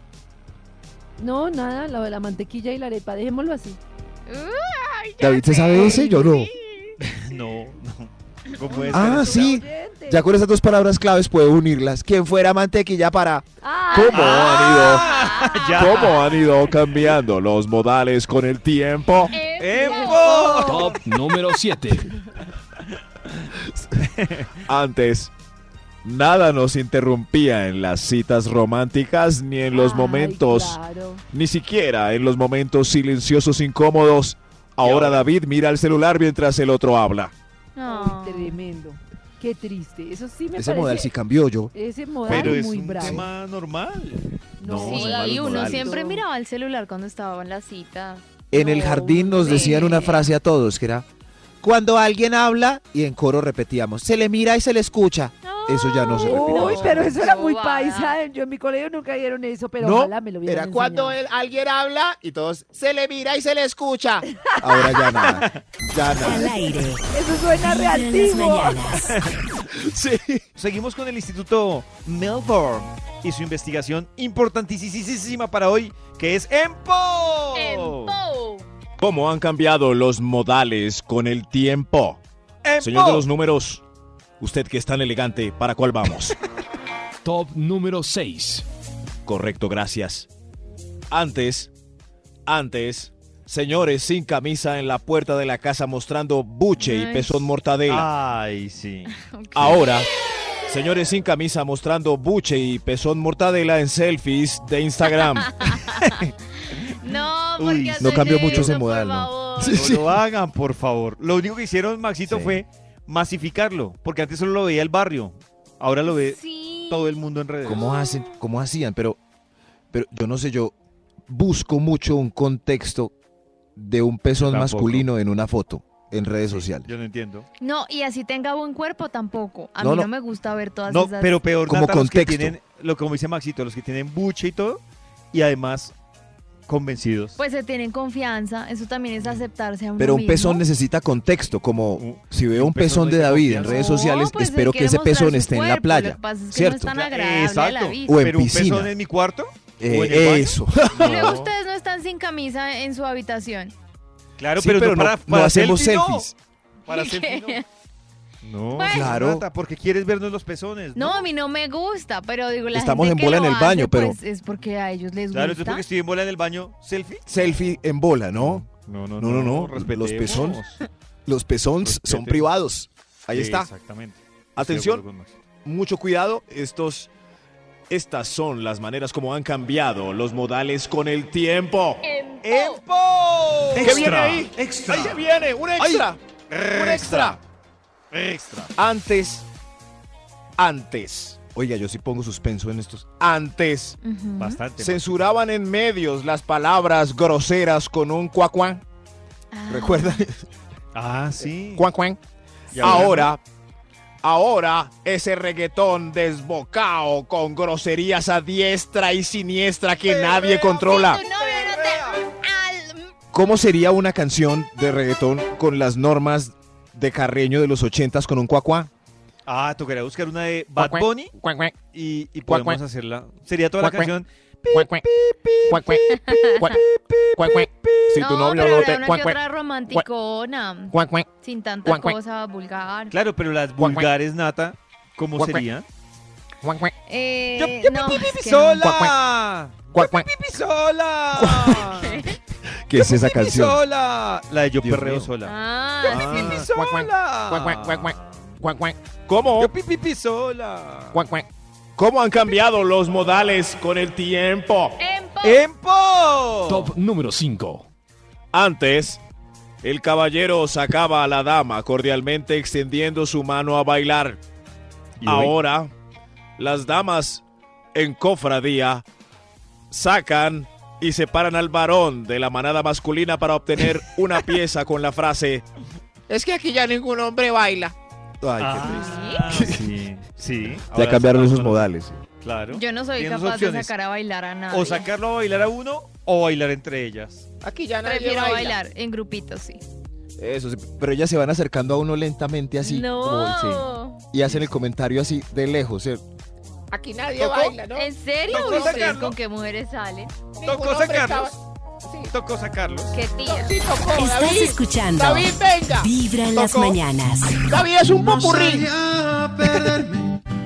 [SPEAKER 3] No, nada, lo de la mantequilla y la arepa, dejémoslo así.
[SPEAKER 6] David, ¿se sabe ese? Yo no.
[SPEAKER 2] No, no. ¿Cómo es?
[SPEAKER 6] Ah,
[SPEAKER 2] Pero-
[SPEAKER 6] sí.
[SPEAKER 3] Oyente.
[SPEAKER 6] Ya con esas dos palabras claves puedo unirlas. Quien fuera mantequilla para...
[SPEAKER 3] Ah,
[SPEAKER 7] ¿Cómo han ido?
[SPEAKER 2] Ah. Ya.
[SPEAKER 7] ¿Cómo han ido cambiando los
[SPEAKER 6] ¡Eh,
[SPEAKER 7] modales con el tiempo?
[SPEAKER 2] ¡Empo!
[SPEAKER 8] Top número 7.
[SPEAKER 7] Antes, nada nos interrumpía en las citas románticas ni en los
[SPEAKER 3] Ay,
[SPEAKER 7] momentos,
[SPEAKER 3] claro.
[SPEAKER 7] ni siquiera en los momentos silenciosos incómodos. Ahora David mira el celular mientras el otro habla.
[SPEAKER 4] No.
[SPEAKER 3] Uy, Tremendo. Qué triste. Eso sí me
[SPEAKER 6] Ese
[SPEAKER 3] parece.
[SPEAKER 6] modal sí cambió yo.
[SPEAKER 3] Ese modal
[SPEAKER 2] Pero es
[SPEAKER 3] muy
[SPEAKER 2] un
[SPEAKER 3] bravo.
[SPEAKER 2] tema normal.
[SPEAKER 6] No,
[SPEAKER 4] Sí,
[SPEAKER 6] son malos
[SPEAKER 4] y uno
[SPEAKER 6] modales.
[SPEAKER 4] siempre miraba el celular cuando estaba en la cita.
[SPEAKER 6] En el
[SPEAKER 3] No,
[SPEAKER 6] jardín nos decían una
[SPEAKER 4] sí.
[SPEAKER 6] frase a todos que era cuando alguien habla y en coro repetíamos se le mira y se le escucha. Eso ya no se repite.
[SPEAKER 3] Uy,
[SPEAKER 6] más.
[SPEAKER 3] pero eso era muy
[SPEAKER 4] Bobada.
[SPEAKER 3] paisa. Yo en mi colegio nunca dieron eso, pero
[SPEAKER 6] No,
[SPEAKER 3] ojalá me lo hubieran
[SPEAKER 9] Era cuando
[SPEAKER 3] enseñado.
[SPEAKER 9] él- alguien habla y todos se le mira y se le escucha.
[SPEAKER 6] Ahora ya nada. Ya
[SPEAKER 1] Al
[SPEAKER 6] nada.
[SPEAKER 1] aire.
[SPEAKER 3] Eso suena re
[SPEAKER 1] Vibra en las
[SPEAKER 3] antiguo.
[SPEAKER 1] mañanas.
[SPEAKER 7] Sí.
[SPEAKER 2] Seguimos con el Instituto Melbourne y su investigación importantísima para hoy, que es EMPO.
[SPEAKER 7] ¿Cómo han cambiado los modales con el tiempo?
[SPEAKER 2] ¡Empo!
[SPEAKER 7] Señor de los números, usted que es tan elegante, ¿para cuál vamos?
[SPEAKER 8] Top número 6.
[SPEAKER 7] Correcto, gracias. Antes, antes, señores sin camisa en la puerta de la casa mostrando buche y
[SPEAKER 4] Ay,
[SPEAKER 7] pezón
[SPEAKER 4] sí.
[SPEAKER 7] mortadela.
[SPEAKER 2] Ah, Ay, sí.
[SPEAKER 7] Ahora, señores sin camisa mostrando buche y pezón mortadela en selfies de Instagram.
[SPEAKER 4] No,
[SPEAKER 2] Uy,
[SPEAKER 4] porque
[SPEAKER 2] no
[SPEAKER 4] hacen
[SPEAKER 6] cambió mucho
[SPEAKER 4] eso,
[SPEAKER 6] ese
[SPEAKER 4] por
[SPEAKER 6] modal, ¿no?
[SPEAKER 4] favor.
[SPEAKER 2] No lo hagan, por favor. Lo único que hicieron, Maxito,
[SPEAKER 6] Sí.
[SPEAKER 2] fue masificarlo, porque antes solo lo veía el barrio. Ahora lo ve
[SPEAKER 4] Sí.
[SPEAKER 2] todo el mundo en redes.
[SPEAKER 6] ¿Cómo hacen? ¿Cómo hacían? Pero, pero yo no sé, yo busco mucho un contexto de un pezón
[SPEAKER 2] Tampoco.
[SPEAKER 6] masculino en una foto en redes sociales.
[SPEAKER 2] Yo no entiendo.
[SPEAKER 4] No, y así tenga buen cuerpo tampoco. A
[SPEAKER 6] No,
[SPEAKER 4] mí
[SPEAKER 6] no.
[SPEAKER 4] no. me gusta ver todas
[SPEAKER 2] No,
[SPEAKER 4] esas.
[SPEAKER 2] pero peor
[SPEAKER 6] Como
[SPEAKER 2] Nata, los que
[SPEAKER 6] contexto.
[SPEAKER 2] tienen, lo como dice Maxito, los que tienen buche y todo, y además convencidos.
[SPEAKER 4] Pues se tienen confianza. Eso también es aceptarse a uno
[SPEAKER 6] Pero un pezón
[SPEAKER 4] mismo.
[SPEAKER 6] necesita contexto,
[SPEAKER 2] Un-
[SPEAKER 6] como si veo
[SPEAKER 2] un
[SPEAKER 6] un pezón
[SPEAKER 2] pezón
[SPEAKER 6] de
[SPEAKER 2] de
[SPEAKER 6] David en
[SPEAKER 2] confianza.
[SPEAKER 6] redes
[SPEAKER 4] No,
[SPEAKER 6] sociales,
[SPEAKER 4] pues, él
[SPEAKER 6] espero que
[SPEAKER 4] quiere
[SPEAKER 6] ese
[SPEAKER 4] mostrar
[SPEAKER 6] pezón
[SPEAKER 4] su
[SPEAKER 6] esté en la
[SPEAKER 4] cuerpo, Lo
[SPEAKER 6] playa.
[SPEAKER 4] que pasa es que no
[SPEAKER 6] ¿cierto?
[SPEAKER 4] es tan
[SPEAKER 2] Ya,
[SPEAKER 4] agradable a la
[SPEAKER 2] Exacto.
[SPEAKER 4] vista.
[SPEAKER 6] O en
[SPEAKER 2] pero un
[SPEAKER 6] piscina.
[SPEAKER 2] pezón en mi cuarto.
[SPEAKER 6] Eh,
[SPEAKER 2] o en el baño.
[SPEAKER 6] eso.
[SPEAKER 4] Y luego
[SPEAKER 2] No.
[SPEAKER 4] ustedes no están sin camisa en su habitación.
[SPEAKER 2] Claro,
[SPEAKER 6] Sí,
[SPEAKER 2] pero,
[SPEAKER 6] pero
[SPEAKER 2] no,
[SPEAKER 6] no-
[SPEAKER 2] para,
[SPEAKER 6] no
[SPEAKER 2] para
[SPEAKER 6] hacemos
[SPEAKER 2] selfie, no.
[SPEAKER 6] selfies.
[SPEAKER 2] Para
[SPEAKER 4] ¿Y
[SPEAKER 2] selfie
[SPEAKER 4] qué?
[SPEAKER 2] no. No,
[SPEAKER 4] Pues-
[SPEAKER 6] Claro.
[SPEAKER 2] Nata, porque quieres vernos los pezones.
[SPEAKER 4] No, a mí no me gusta, pero digo, la
[SPEAKER 6] Estamos
[SPEAKER 4] gente
[SPEAKER 6] en bola
[SPEAKER 4] que lo
[SPEAKER 6] en el baño,
[SPEAKER 4] hace,
[SPEAKER 6] pero-
[SPEAKER 4] pues, es porque a ellos les
[SPEAKER 2] Claro, entonces
[SPEAKER 4] gusta.
[SPEAKER 2] porque estoy en bola en el baño, selfie.
[SPEAKER 6] Selfie en bola, ¿no?
[SPEAKER 2] no,
[SPEAKER 6] No, no, no,
[SPEAKER 2] respetemos.
[SPEAKER 6] los pezones. Los pezones son
[SPEAKER 2] Respeten.
[SPEAKER 6] privados. Ahí
[SPEAKER 2] Sí,
[SPEAKER 6] está.
[SPEAKER 2] Exactamente. Estoy de
[SPEAKER 7] Atención,
[SPEAKER 2] acuerdo con Max.
[SPEAKER 7] mucho cuidado, estos estas son las maneras como han cambiado los modales con el tiempo.
[SPEAKER 2] ¡Empo!
[SPEAKER 7] ¿Qué viene ahí? Extra. Ahí se viene, un extra. Un extra.
[SPEAKER 2] Extra.
[SPEAKER 7] Antes, antes,
[SPEAKER 6] Oiga, yo sí pongo suspenso en estos.
[SPEAKER 7] antes,
[SPEAKER 4] Ujú.
[SPEAKER 2] Bastante.
[SPEAKER 7] censuraban en medios las palabras groseras con un cuacuán.
[SPEAKER 4] Ah,
[SPEAKER 7] ¿Recuerdan?
[SPEAKER 2] Ah, sí.
[SPEAKER 7] Cuacuán.
[SPEAKER 2] Y
[SPEAKER 7] Ahora, ahora ese reggaetón desbocado con groserías a diestra y siniestra que nadie controla.
[SPEAKER 4] Tu novio no te- al-
[SPEAKER 6] ¿Cómo sería una canción de reggaetón con las normas de Carreño de los ochentas con un cuacuá?
[SPEAKER 2] Ah, tocaría buscar una de Bad
[SPEAKER 9] Cuac,
[SPEAKER 2] Bunny
[SPEAKER 9] Cuac, cuac,
[SPEAKER 2] y, y
[SPEAKER 9] Cuac,
[SPEAKER 2] podemos
[SPEAKER 9] cuac.
[SPEAKER 2] hacerla. Sería toda la
[SPEAKER 9] Cuac, cuac.
[SPEAKER 2] canción.
[SPEAKER 9] cuac, cuac, cuac, cuac, cuac, cuac, cuac,
[SPEAKER 7] Si
[SPEAKER 4] no,
[SPEAKER 7] tu novio
[SPEAKER 4] pero
[SPEAKER 7] no
[SPEAKER 4] habrá
[SPEAKER 7] te...
[SPEAKER 4] una
[SPEAKER 9] cuac,
[SPEAKER 4] que
[SPEAKER 9] cuac,
[SPEAKER 4] otra romanticona,
[SPEAKER 9] cuac, cuac.
[SPEAKER 4] sin tanta
[SPEAKER 9] cuac, cuac.
[SPEAKER 4] cosa vulgar.
[SPEAKER 2] Claro, pero las
[SPEAKER 9] cuac.
[SPEAKER 2] vulgares, Nata, ¿cómo
[SPEAKER 9] Cuac, cuac.
[SPEAKER 2] sería?
[SPEAKER 9] Cuac, cuac,
[SPEAKER 4] Eh,
[SPEAKER 2] Yo- yo
[SPEAKER 4] no, es que no.
[SPEAKER 9] Cuac,
[SPEAKER 2] ¡Sola!
[SPEAKER 9] cuac, cuac.
[SPEAKER 2] ¡Pipi sola!
[SPEAKER 6] ¿Qué es esa
[SPEAKER 2] ¡Pipi
[SPEAKER 6] canción?
[SPEAKER 2] sola! La de Yo
[SPEAKER 6] Dios
[SPEAKER 2] Perreo
[SPEAKER 6] mío.
[SPEAKER 2] Sola.
[SPEAKER 4] Ah,
[SPEAKER 2] Yo pipi
[SPEAKER 9] Cuac, cuac.
[SPEAKER 2] sola!
[SPEAKER 9] Cuac, cuac, cuac, cuac. Cuac, cuac,
[SPEAKER 7] ¿Cómo,
[SPEAKER 2] Yo pipi pipi sola.
[SPEAKER 9] cuac, cuac.
[SPEAKER 7] ¿Cómo han cambiado los modales con el tiempo?
[SPEAKER 4] ¡Empo!
[SPEAKER 6] Eh,
[SPEAKER 2] ¡Empo!
[SPEAKER 8] Top número 5.
[SPEAKER 7] Antes, el caballero sacaba a la dama cordialmente extendiendo su mano a bailar.
[SPEAKER 2] Y hoy-
[SPEAKER 7] Ahora, las damas en cofradía sacan y separan al varón de la manada masculina para obtener una pieza con la frase
[SPEAKER 9] Es que aquí ya ningún hombre baila.
[SPEAKER 6] Ay, qué triste.
[SPEAKER 2] Ah, sí, sí.
[SPEAKER 6] Ya
[SPEAKER 2] Ahora
[SPEAKER 6] cambiaron
[SPEAKER 2] sacaron
[SPEAKER 6] esos
[SPEAKER 2] a-
[SPEAKER 6] modales.
[SPEAKER 2] Claro.
[SPEAKER 4] Yo no soy
[SPEAKER 2] Tienes
[SPEAKER 4] capaz de
[SPEAKER 2] opciones.
[SPEAKER 4] sacar a bailar a nadie.
[SPEAKER 2] O sacarlo a bailar a uno o bailar entre ellas.
[SPEAKER 9] Aquí ya nadie
[SPEAKER 4] Prefiero
[SPEAKER 9] baila.
[SPEAKER 4] bailar en grupitos, sí.
[SPEAKER 6] Eso sí, pero ellas se van acercando a uno lentamente así. como, Ah, sí,
[SPEAKER 4] no.
[SPEAKER 6] y hacen el comentario así de lejos. ¿cierto?
[SPEAKER 9] Aquí nadie
[SPEAKER 2] Tocó.
[SPEAKER 9] baila,
[SPEAKER 1] Eh,
[SPEAKER 9] ¿no?
[SPEAKER 4] ¿En serio?
[SPEAKER 2] Tocó
[SPEAKER 4] ¿Uy, ustedes
[SPEAKER 2] sacarlo.
[SPEAKER 4] con qué mujeres salen?
[SPEAKER 9] Ningún
[SPEAKER 2] Tocó
[SPEAKER 9] hombre
[SPEAKER 2] sacarlos.
[SPEAKER 9] estaba-
[SPEAKER 2] Tocó sacarlos.
[SPEAKER 4] ¡Qué tía!
[SPEAKER 9] Sí, tocó,
[SPEAKER 1] Estás
[SPEAKER 9] David.
[SPEAKER 1] escuchando
[SPEAKER 9] David, venga.
[SPEAKER 1] Vibra en las
[SPEAKER 2] Tocó.
[SPEAKER 1] mañanas.
[SPEAKER 9] David es un popurrí.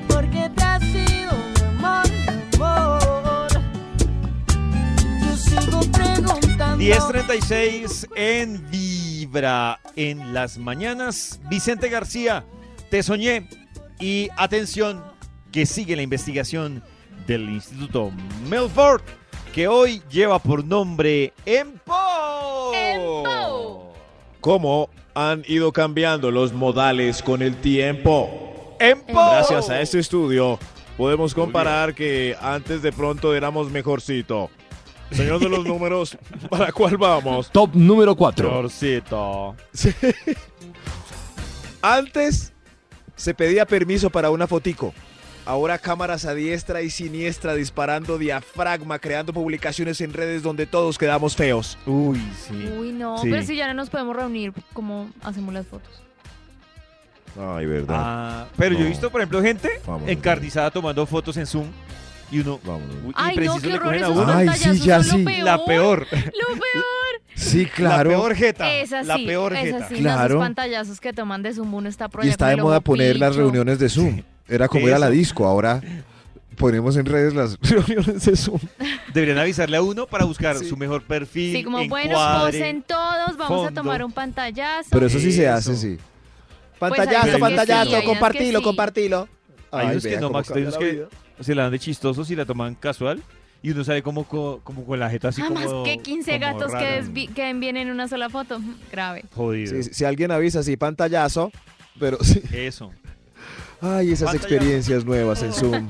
[SPEAKER 10] Porque te has sido mi amor, mi amor. Yo sigo preguntando.
[SPEAKER 2] 10.36 en Vibra. En las mañanas, Vicente García Te soñé. Y atención, que sigue la investigación del Instituto Melford, que hoy lleva por nombre EMPO.
[SPEAKER 7] ¿Cómo han ido cambiando los modales con el tiempo?
[SPEAKER 2] ¡Empo!
[SPEAKER 7] Gracias
[SPEAKER 2] Oh.
[SPEAKER 7] a este estudio podemos comparar que antes de pronto éramos mejorcito. Señor de los números, ¿para cuál vamos?
[SPEAKER 8] Top número 4.
[SPEAKER 2] Mejorcito.
[SPEAKER 7] Antes se pedía permiso para una fotico. Ahora cámaras a diestra y siniestra disparando diafragma, creando publicaciones en redes donde todos quedamos feos.
[SPEAKER 2] Uy, sí.
[SPEAKER 4] Uy, no,
[SPEAKER 2] Sí.
[SPEAKER 4] pero si ya no nos podemos reunir, ¿cómo hacemos las fotos?
[SPEAKER 7] Ay, verdad.
[SPEAKER 2] Ah, pero yo he
[SPEAKER 7] No.
[SPEAKER 2] visto, por ejemplo, gente
[SPEAKER 7] Vámonos.
[SPEAKER 2] encardizada tomando fotos en Zoom y uno.
[SPEAKER 6] Vámonos.
[SPEAKER 2] uy,
[SPEAKER 4] Ay,
[SPEAKER 2] y
[SPEAKER 4] no,
[SPEAKER 2] preciso
[SPEAKER 4] qué
[SPEAKER 2] le
[SPEAKER 4] horror,
[SPEAKER 2] cogen a
[SPEAKER 4] esos
[SPEAKER 2] uno.
[SPEAKER 6] Ay, sí,
[SPEAKER 4] pantallazos
[SPEAKER 6] ya
[SPEAKER 4] son
[SPEAKER 6] sí.
[SPEAKER 4] lo peor.
[SPEAKER 2] La peor.
[SPEAKER 4] Lo peor.
[SPEAKER 6] Sí, claro.
[SPEAKER 2] La peor jeta.
[SPEAKER 4] Es así,
[SPEAKER 2] la peor
[SPEAKER 4] es
[SPEAKER 2] jeta.
[SPEAKER 4] así.
[SPEAKER 6] Claro.
[SPEAKER 4] No, esos pantallazos que toman de Zoom uno está por
[SPEAKER 6] Y
[SPEAKER 4] allá
[SPEAKER 6] está
[SPEAKER 4] con
[SPEAKER 6] de
[SPEAKER 4] el
[SPEAKER 6] moda
[SPEAKER 4] ojo
[SPEAKER 6] poner las
[SPEAKER 4] pincho.
[SPEAKER 6] reuniones de Zoom. Era como ir a la
[SPEAKER 2] Eso.
[SPEAKER 6] disco, ahora ponemos en redes las reuniones de Zoom.
[SPEAKER 2] Deberían avisarle a uno para buscar
[SPEAKER 6] Sí.
[SPEAKER 2] su mejor perfil.
[SPEAKER 4] Sí, como, bueno,
[SPEAKER 2] encuadre.
[SPEAKER 4] posen todos, vamos a
[SPEAKER 2] fondo.
[SPEAKER 4] tomar un pantallazo.
[SPEAKER 6] Pero eso sí se hace,
[SPEAKER 2] Eso.
[SPEAKER 6] sí.
[SPEAKER 4] Pantallazo,
[SPEAKER 2] que pantallazo, sí, hay
[SPEAKER 4] que compartilo, sí.
[SPEAKER 7] compartilo.
[SPEAKER 2] Hay unos que no, Max, hay unos que se la dan de chistosos y la toman casual. Y uno sale como, co- como con la jeta así
[SPEAKER 4] Nada más
[SPEAKER 2] como.
[SPEAKER 4] que 15
[SPEAKER 2] como
[SPEAKER 4] gatos que
[SPEAKER 2] rara.
[SPEAKER 4] desvi- queden bien en una sola foto. Grave.
[SPEAKER 2] Jodido.
[SPEAKER 6] si alguien avisa, sí, pantallazo. Pero sí.
[SPEAKER 2] Eso.
[SPEAKER 6] Ay, esas
[SPEAKER 2] Pantallazo.
[SPEAKER 6] experiencias nuevas en Zoom.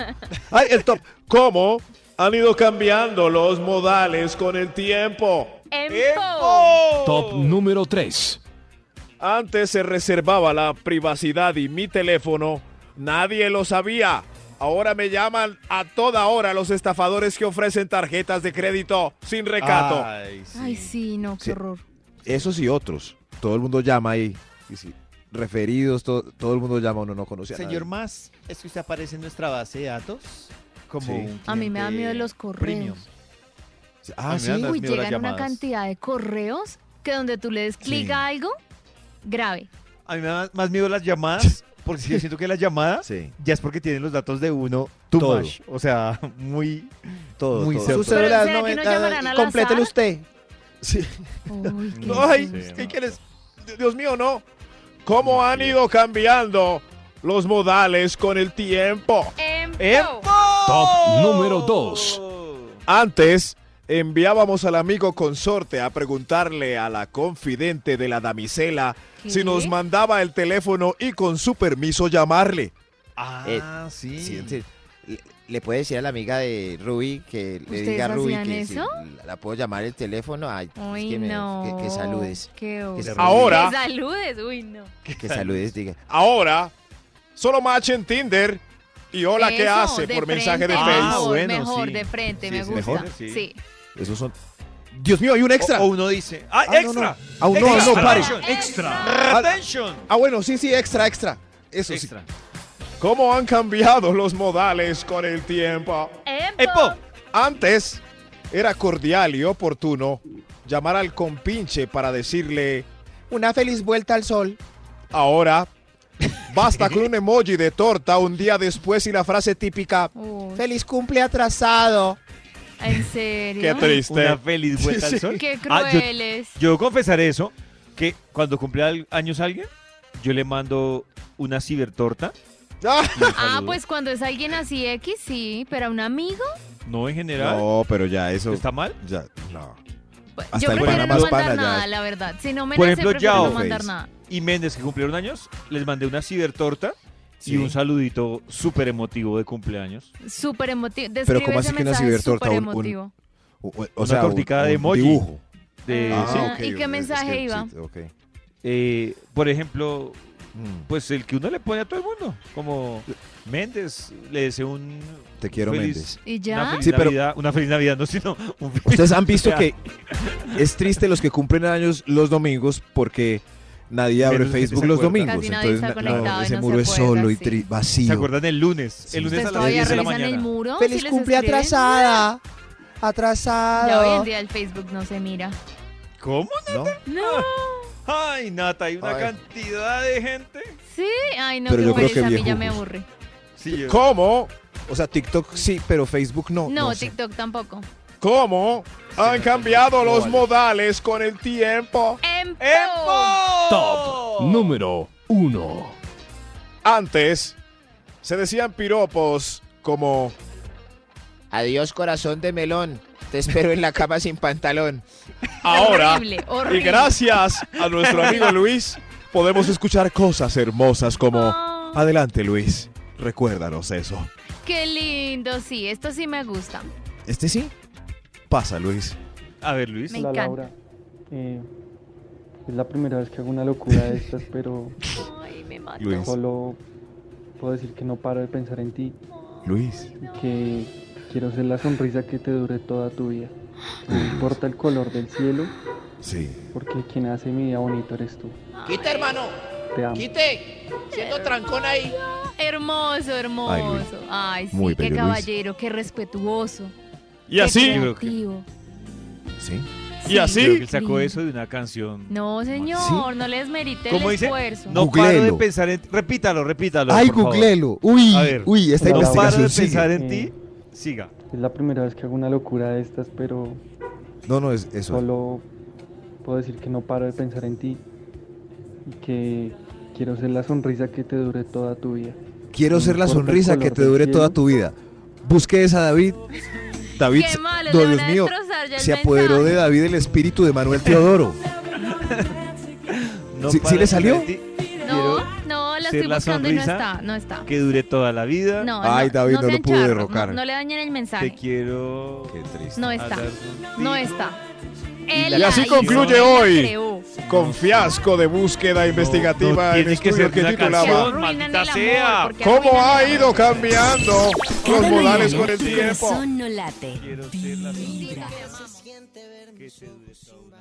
[SPEAKER 7] Ay, el top. ¿Cómo han ido cambiando los modales con el tiempo?
[SPEAKER 4] ¡Empo!
[SPEAKER 8] Top número 3.
[SPEAKER 7] Antes se reservaba la privacidad y mi teléfono. Nadie lo sabía. Ahora me llaman a toda hora los estafadores que ofrecen tarjetas de crédito sin recato.
[SPEAKER 2] Ay, sí.
[SPEAKER 4] Ay, sí, no, qué
[SPEAKER 6] Sí.
[SPEAKER 4] horror.
[SPEAKER 6] Esos y otros. Todo el mundo llama ahí. Y sí, referidos, to- todo el mundo llama, uno no conoce a
[SPEAKER 2] Señor
[SPEAKER 6] nadie.
[SPEAKER 2] Más, es que usted aparece en nuestra base de datos como
[SPEAKER 6] Sí.
[SPEAKER 2] un
[SPEAKER 4] A mí me da
[SPEAKER 2] cliente
[SPEAKER 4] miedo los correos.
[SPEAKER 2] premium. A
[SPEAKER 6] Ah,
[SPEAKER 2] mí
[SPEAKER 6] sí.
[SPEAKER 2] me dan las
[SPEAKER 4] Uy,
[SPEAKER 2] miedo las
[SPEAKER 4] llegan una
[SPEAKER 2] llamadas.
[SPEAKER 4] cantidad de correos que donde tú le des clic
[SPEAKER 2] Sí.
[SPEAKER 4] a algo, grave.
[SPEAKER 2] A mí me da más miedo las llamadas, porque si yo siento que las llamadas
[SPEAKER 6] Sí,
[SPEAKER 2] ya es porque tienen los datos de uno too
[SPEAKER 6] Todo.
[SPEAKER 2] much. O sea, muy...
[SPEAKER 6] todo.
[SPEAKER 2] Muy
[SPEAKER 6] todo,
[SPEAKER 2] cierto.
[SPEAKER 6] todo.
[SPEAKER 4] Pero ¿será que no llamarán al azar?
[SPEAKER 7] usted.
[SPEAKER 4] Uy, qué
[SPEAKER 7] Ay,
[SPEAKER 4] susto.
[SPEAKER 2] Sí,
[SPEAKER 7] ¿qué
[SPEAKER 2] no.
[SPEAKER 7] quieres? Dios mío, no. ¿Cómo han ido cambiando los modales con el tiempo?
[SPEAKER 4] Empo.
[SPEAKER 6] ¿Eh?
[SPEAKER 8] Top número 2.
[SPEAKER 7] Antes enviábamos al amigo consorte a preguntarle a la confidente de la damisela
[SPEAKER 4] ¿Qué?
[SPEAKER 7] si nos mandaba el teléfono y con su permiso llamarle.
[SPEAKER 2] Ah,
[SPEAKER 6] Eh,
[SPEAKER 2] sí.
[SPEAKER 11] Sí, sí. Le- Le puede decir a la amiga de Ruby que le
[SPEAKER 4] ¿Ustedes
[SPEAKER 11] diga a Ruby
[SPEAKER 4] hacían
[SPEAKER 11] que si
[SPEAKER 4] eso?
[SPEAKER 11] la- la puedo llamar el teléfono. Ay, es
[SPEAKER 4] Uy,
[SPEAKER 11] que, me-
[SPEAKER 4] no. Pues
[SPEAKER 11] que- que saludes.
[SPEAKER 4] Qué horror.
[SPEAKER 7] Ahora-
[SPEAKER 4] Que saludes, uy, no.
[SPEAKER 11] Que saludes, diga.
[SPEAKER 7] Ahora, solo match en Tinder y hola, ¿qué
[SPEAKER 4] Eso,
[SPEAKER 7] hace?
[SPEAKER 4] de
[SPEAKER 7] Por mensaje de
[SPEAKER 4] frente,
[SPEAKER 7] Face.
[SPEAKER 2] Ah,
[SPEAKER 4] Mejor,
[SPEAKER 2] bueno,
[SPEAKER 4] mejor
[SPEAKER 2] sí.
[SPEAKER 4] de frente,
[SPEAKER 2] Sí,
[SPEAKER 4] me
[SPEAKER 2] sí,
[SPEAKER 4] gusta.
[SPEAKER 2] mejor, sí.
[SPEAKER 4] sí.
[SPEAKER 6] Esos son. Dios mío, hay un extra.
[SPEAKER 2] O, o uno dice, ¡ah,
[SPEAKER 6] Ah, no,
[SPEAKER 2] extra!
[SPEAKER 6] no. Aún no,
[SPEAKER 2] Extra.
[SPEAKER 6] no, pare.
[SPEAKER 2] Extra.
[SPEAKER 8] Extra.
[SPEAKER 2] ¡Attention!
[SPEAKER 6] Ah, bueno, sí, sí, extra, extra. Eso
[SPEAKER 2] Extra.
[SPEAKER 7] ¿Cómo han cambiado los modales con el tiempo?
[SPEAKER 6] Eh,
[SPEAKER 4] ¡Empo!
[SPEAKER 2] ¡Epo!
[SPEAKER 7] Antes era cordial y oportuno llamar al compinche para decirle una feliz vuelta al sol. Ahora basta con un emoji de torta un día después y la frase típica
[SPEAKER 4] Uy,
[SPEAKER 7] feliz cumple atrasado.
[SPEAKER 4] ¿En serio?
[SPEAKER 7] Qué triste.
[SPEAKER 2] Una feliz vuelta al sol.
[SPEAKER 4] Qué
[SPEAKER 2] Ah, yo-
[SPEAKER 4] crueles.
[SPEAKER 2] Yo debo confesar eso, que cuando cumple al- años alguien, yo le mando una cibertorta.
[SPEAKER 7] Ah,
[SPEAKER 2] y un
[SPEAKER 4] Ah,
[SPEAKER 2] saludo.
[SPEAKER 4] pues cuando es alguien así X, sí, pero a un amigo.
[SPEAKER 2] No, en general.
[SPEAKER 6] No, pero ya eso.
[SPEAKER 2] ¿Está mal?
[SPEAKER 6] Ya, no.
[SPEAKER 4] pues,
[SPEAKER 6] Hasta
[SPEAKER 4] yo
[SPEAKER 6] el
[SPEAKER 4] prefiero
[SPEAKER 6] pana
[SPEAKER 4] no
[SPEAKER 6] más pana
[SPEAKER 4] mandar
[SPEAKER 6] ya
[SPEAKER 4] nada,
[SPEAKER 6] es.
[SPEAKER 4] la verdad. Si no me
[SPEAKER 2] Por
[SPEAKER 4] nace,
[SPEAKER 2] ejemplo,
[SPEAKER 4] prefiero
[SPEAKER 2] Yao.
[SPEAKER 4] no mandar
[SPEAKER 6] pues.
[SPEAKER 4] nada.
[SPEAKER 2] y Méndez, que cumplieron años, les mandé una cibertorta
[SPEAKER 6] Sí.
[SPEAKER 2] y un saludito súper emotivo de cumpleaños.
[SPEAKER 4] Súper emotivo.
[SPEAKER 6] Pero
[SPEAKER 4] Describe
[SPEAKER 6] ¿cómo
[SPEAKER 4] ese
[SPEAKER 6] así que una
[SPEAKER 4] mensaje
[SPEAKER 6] cibertorta?
[SPEAKER 4] súper
[SPEAKER 6] Un- un-
[SPEAKER 4] emotivo.
[SPEAKER 6] O, o- o
[SPEAKER 2] Una
[SPEAKER 6] sea, un-
[SPEAKER 2] tortica de
[SPEAKER 6] un
[SPEAKER 2] emoji.
[SPEAKER 6] dibujo.
[SPEAKER 2] De-
[SPEAKER 4] Ah,
[SPEAKER 2] sí.
[SPEAKER 4] ¿y
[SPEAKER 6] ok,
[SPEAKER 4] qué
[SPEAKER 6] ok,
[SPEAKER 4] mensaje iba?
[SPEAKER 6] sí, ok.
[SPEAKER 2] Eh, por ejemplo,
[SPEAKER 6] Mm.
[SPEAKER 2] pues el que uno le pone a todo el mundo, como Méndez, le deseo un
[SPEAKER 6] Te quiero,
[SPEAKER 2] feliz-
[SPEAKER 6] Méndez.
[SPEAKER 4] ¿Y
[SPEAKER 2] Una
[SPEAKER 4] ya?
[SPEAKER 2] feliz,
[SPEAKER 6] Sí, pero-
[SPEAKER 2] Navidad, una feliz Navidad, no, sino un feliz-
[SPEAKER 6] Ustedes han visto
[SPEAKER 2] O sea,
[SPEAKER 6] que es triste los que cumplen años los domingos porque nadie abre
[SPEAKER 2] Menos que
[SPEAKER 6] Facebook
[SPEAKER 2] se
[SPEAKER 6] los
[SPEAKER 2] acuerda.
[SPEAKER 6] domingos.
[SPEAKER 4] Casi nadie
[SPEAKER 6] entonces
[SPEAKER 4] está
[SPEAKER 6] na- no,
[SPEAKER 4] conectado y
[SPEAKER 6] ese
[SPEAKER 4] no se
[SPEAKER 6] muro es
[SPEAKER 4] acuerda,
[SPEAKER 6] solo y
[SPEAKER 4] sí.
[SPEAKER 6] tri-
[SPEAKER 2] ¿Se
[SPEAKER 6] vacío.
[SPEAKER 2] acuerdan el lunes?
[SPEAKER 6] Sí.
[SPEAKER 2] El lunes a
[SPEAKER 4] ¿Ustedes
[SPEAKER 2] las
[SPEAKER 4] pues, todavía
[SPEAKER 2] 10 de la
[SPEAKER 4] revisan el
[SPEAKER 2] mañana.
[SPEAKER 4] muro?
[SPEAKER 11] Feliz
[SPEAKER 4] ¿Sí les
[SPEAKER 11] cumple
[SPEAKER 4] escriben?
[SPEAKER 11] atrasada.
[SPEAKER 4] Ya hoy en
[SPEAKER 11] Atrasado.
[SPEAKER 4] día el Facebook no se mira.
[SPEAKER 2] ¿Cómo?
[SPEAKER 6] ¿no?
[SPEAKER 4] No.
[SPEAKER 2] Ah. Ay, Nata, hay una
[SPEAKER 6] Ay.
[SPEAKER 2] cantidad de gente.
[SPEAKER 4] Sí, ay no,
[SPEAKER 6] Pero
[SPEAKER 4] qué
[SPEAKER 6] yo creo
[SPEAKER 4] pereza,
[SPEAKER 6] que
[SPEAKER 4] a mí ya
[SPEAKER 6] viejujos.
[SPEAKER 4] me aburre.
[SPEAKER 2] Sí, yo-
[SPEAKER 7] ¿Cómo?
[SPEAKER 6] O sea, TikTok sí, pero Facebook no.
[SPEAKER 4] No,
[SPEAKER 6] no sé.
[SPEAKER 4] TikTok tampoco.
[SPEAKER 7] ¿Cómo han cambiado los
[SPEAKER 2] vale.
[SPEAKER 7] modales con el tiempo?
[SPEAKER 4] ¡Empo!
[SPEAKER 2] ¡Epo!
[SPEAKER 8] Top número 1.
[SPEAKER 7] Antes se decían piropos como
[SPEAKER 12] Adiós corazón de melón, te espero en la cama sin pantalón.
[SPEAKER 7] ahora.
[SPEAKER 6] Ah,
[SPEAKER 12] Horrible, horrible.
[SPEAKER 7] Y gracias a nuestro amigo Luis podemos escuchar cosas hermosas como Adelante Luis, recuérdanos eso.
[SPEAKER 5] Qué lindo, sí, esto sí me gusta.
[SPEAKER 7] ¿Este sí? Pasa Luis.
[SPEAKER 2] A ver, Luis.
[SPEAKER 5] Me encanta.
[SPEAKER 4] Laura. Eh, es la primera vez que hago una locura de estas, pero
[SPEAKER 5] Ay, me mató.
[SPEAKER 6] Luis.
[SPEAKER 4] solo puedo decir que no paro de pensar en ti
[SPEAKER 6] Luis.
[SPEAKER 4] y que quiero ser la sonrisa que te dure toda tu vida. No importa el color del cielo,
[SPEAKER 6] Sí.
[SPEAKER 4] porque quien hace mi día bonito eres tú.
[SPEAKER 12] Quite, hermano,
[SPEAKER 4] Te amo.
[SPEAKER 12] quite. Siendo trancón ahí.
[SPEAKER 5] Hermoso,
[SPEAKER 6] Ay, Luis.
[SPEAKER 5] hermoso. Ay, sí,
[SPEAKER 6] Muy
[SPEAKER 5] qué
[SPEAKER 6] bello, Luis.
[SPEAKER 5] caballero, qué respetuoso.
[SPEAKER 7] Y así,
[SPEAKER 5] Qué creativo.
[SPEAKER 6] Sí.
[SPEAKER 7] y
[SPEAKER 2] Creo que
[SPEAKER 7] así,
[SPEAKER 2] él sacó eso de una canción.
[SPEAKER 6] ¿Ah,
[SPEAKER 5] No, señor,
[SPEAKER 2] ¿Sí?
[SPEAKER 5] no les merite
[SPEAKER 2] ¿Cómo
[SPEAKER 5] el
[SPEAKER 2] dice?
[SPEAKER 5] esfuerzo.
[SPEAKER 2] No paro de
[SPEAKER 6] Googleelo.
[SPEAKER 2] pensar en ti. Repítalo, repítalo.
[SPEAKER 6] Ay,
[SPEAKER 2] por favor.
[SPEAKER 6] googlelo. Uy,
[SPEAKER 2] A ver.
[SPEAKER 6] uy, esta
[SPEAKER 2] No paro de
[SPEAKER 6] investigación sigue.
[SPEAKER 2] pensar en
[SPEAKER 4] Eh,
[SPEAKER 2] ti. Siga.
[SPEAKER 4] Es la primera vez que hago una locura de estas, pero
[SPEAKER 6] No, no, es eso.
[SPEAKER 4] solo puedo decir que no paro de pensar en ti y que quiero ser la sonrisa que te dure toda tu vida.
[SPEAKER 6] Quiero
[SPEAKER 4] No
[SPEAKER 6] ser la
[SPEAKER 4] importa el
[SPEAKER 6] sonrisa que
[SPEAKER 4] color
[SPEAKER 6] te
[SPEAKER 4] del
[SPEAKER 6] dure
[SPEAKER 4] cielo.
[SPEAKER 6] toda tu vida. Busque esa David. David,
[SPEAKER 5] Qué malo,
[SPEAKER 6] no,
[SPEAKER 5] le van
[SPEAKER 6] Dios
[SPEAKER 5] a
[SPEAKER 6] mío,
[SPEAKER 5] destrozar ya el
[SPEAKER 6] se apoderó
[SPEAKER 5] mensaje.
[SPEAKER 6] de David el espíritu de Manuel Teodoro.
[SPEAKER 2] No
[SPEAKER 6] ¿Sí- sí
[SPEAKER 2] paro
[SPEAKER 6] le
[SPEAKER 2] de
[SPEAKER 6] salió?
[SPEAKER 2] pensar en ti,
[SPEAKER 5] No, no, la
[SPEAKER 2] ser
[SPEAKER 5] estoy
[SPEAKER 2] la
[SPEAKER 5] buscando y no
[SPEAKER 2] sonrisa
[SPEAKER 5] está, no está.
[SPEAKER 2] Que dure toda la vida.
[SPEAKER 5] No,
[SPEAKER 6] Ay,
[SPEAKER 5] no,
[SPEAKER 6] David, no
[SPEAKER 5] sean
[SPEAKER 6] lo pude
[SPEAKER 5] charros,
[SPEAKER 6] derrocar.
[SPEAKER 5] No, no le dañen el
[SPEAKER 2] Te
[SPEAKER 5] mensaje.
[SPEAKER 2] quiero.
[SPEAKER 6] Qué triste.
[SPEAKER 5] No está,
[SPEAKER 2] hablar
[SPEAKER 5] no
[SPEAKER 2] contigo.
[SPEAKER 5] está.
[SPEAKER 2] Y
[SPEAKER 5] Él
[SPEAKER 2] la
[SPEAKER 5] la
[SPEAKER 7] así
[SPEAKER 5] hizo,
[SPEAKER 7] concluye
[SPEAKER 5] él la
[SPEAKER 7] hoy.
[SPEAKER 5] creó.
[SPEAKER 7] con fiasco de búsqueda investigativa en
[SPEAKER 2] tiene que
[SPEAKER 7] estudio
[SPEAKER 2] ser
[SPEAKER 7] que
[SPEAKER 2] una
[SPEAKER 7] titulaba
[SPEAKER 2] canción.
[SPEAKER 5] Que arruinan
[SPEAKER 2] maldita
[SPEAKER 5] el amor,
[SPEAKER 2] sea.
[SPEAKER 5] porque
[SPEAKER 7] ¿Cómo
[SPEAKER 5] arruinan
[SPEAKER 7] ha
[SPEAKER 5] el
[SPEAKER 7] ido cambiando los modales con el
[SPEAKER 13] tu
[SPEAKER 7] tiempo?
[SPEAKER 13] corazón no late,
[SPEAKER 2] Quiero ser la
[SPEAKER 13] vibra.
[SPEAKER 2] que te dure toda la vida.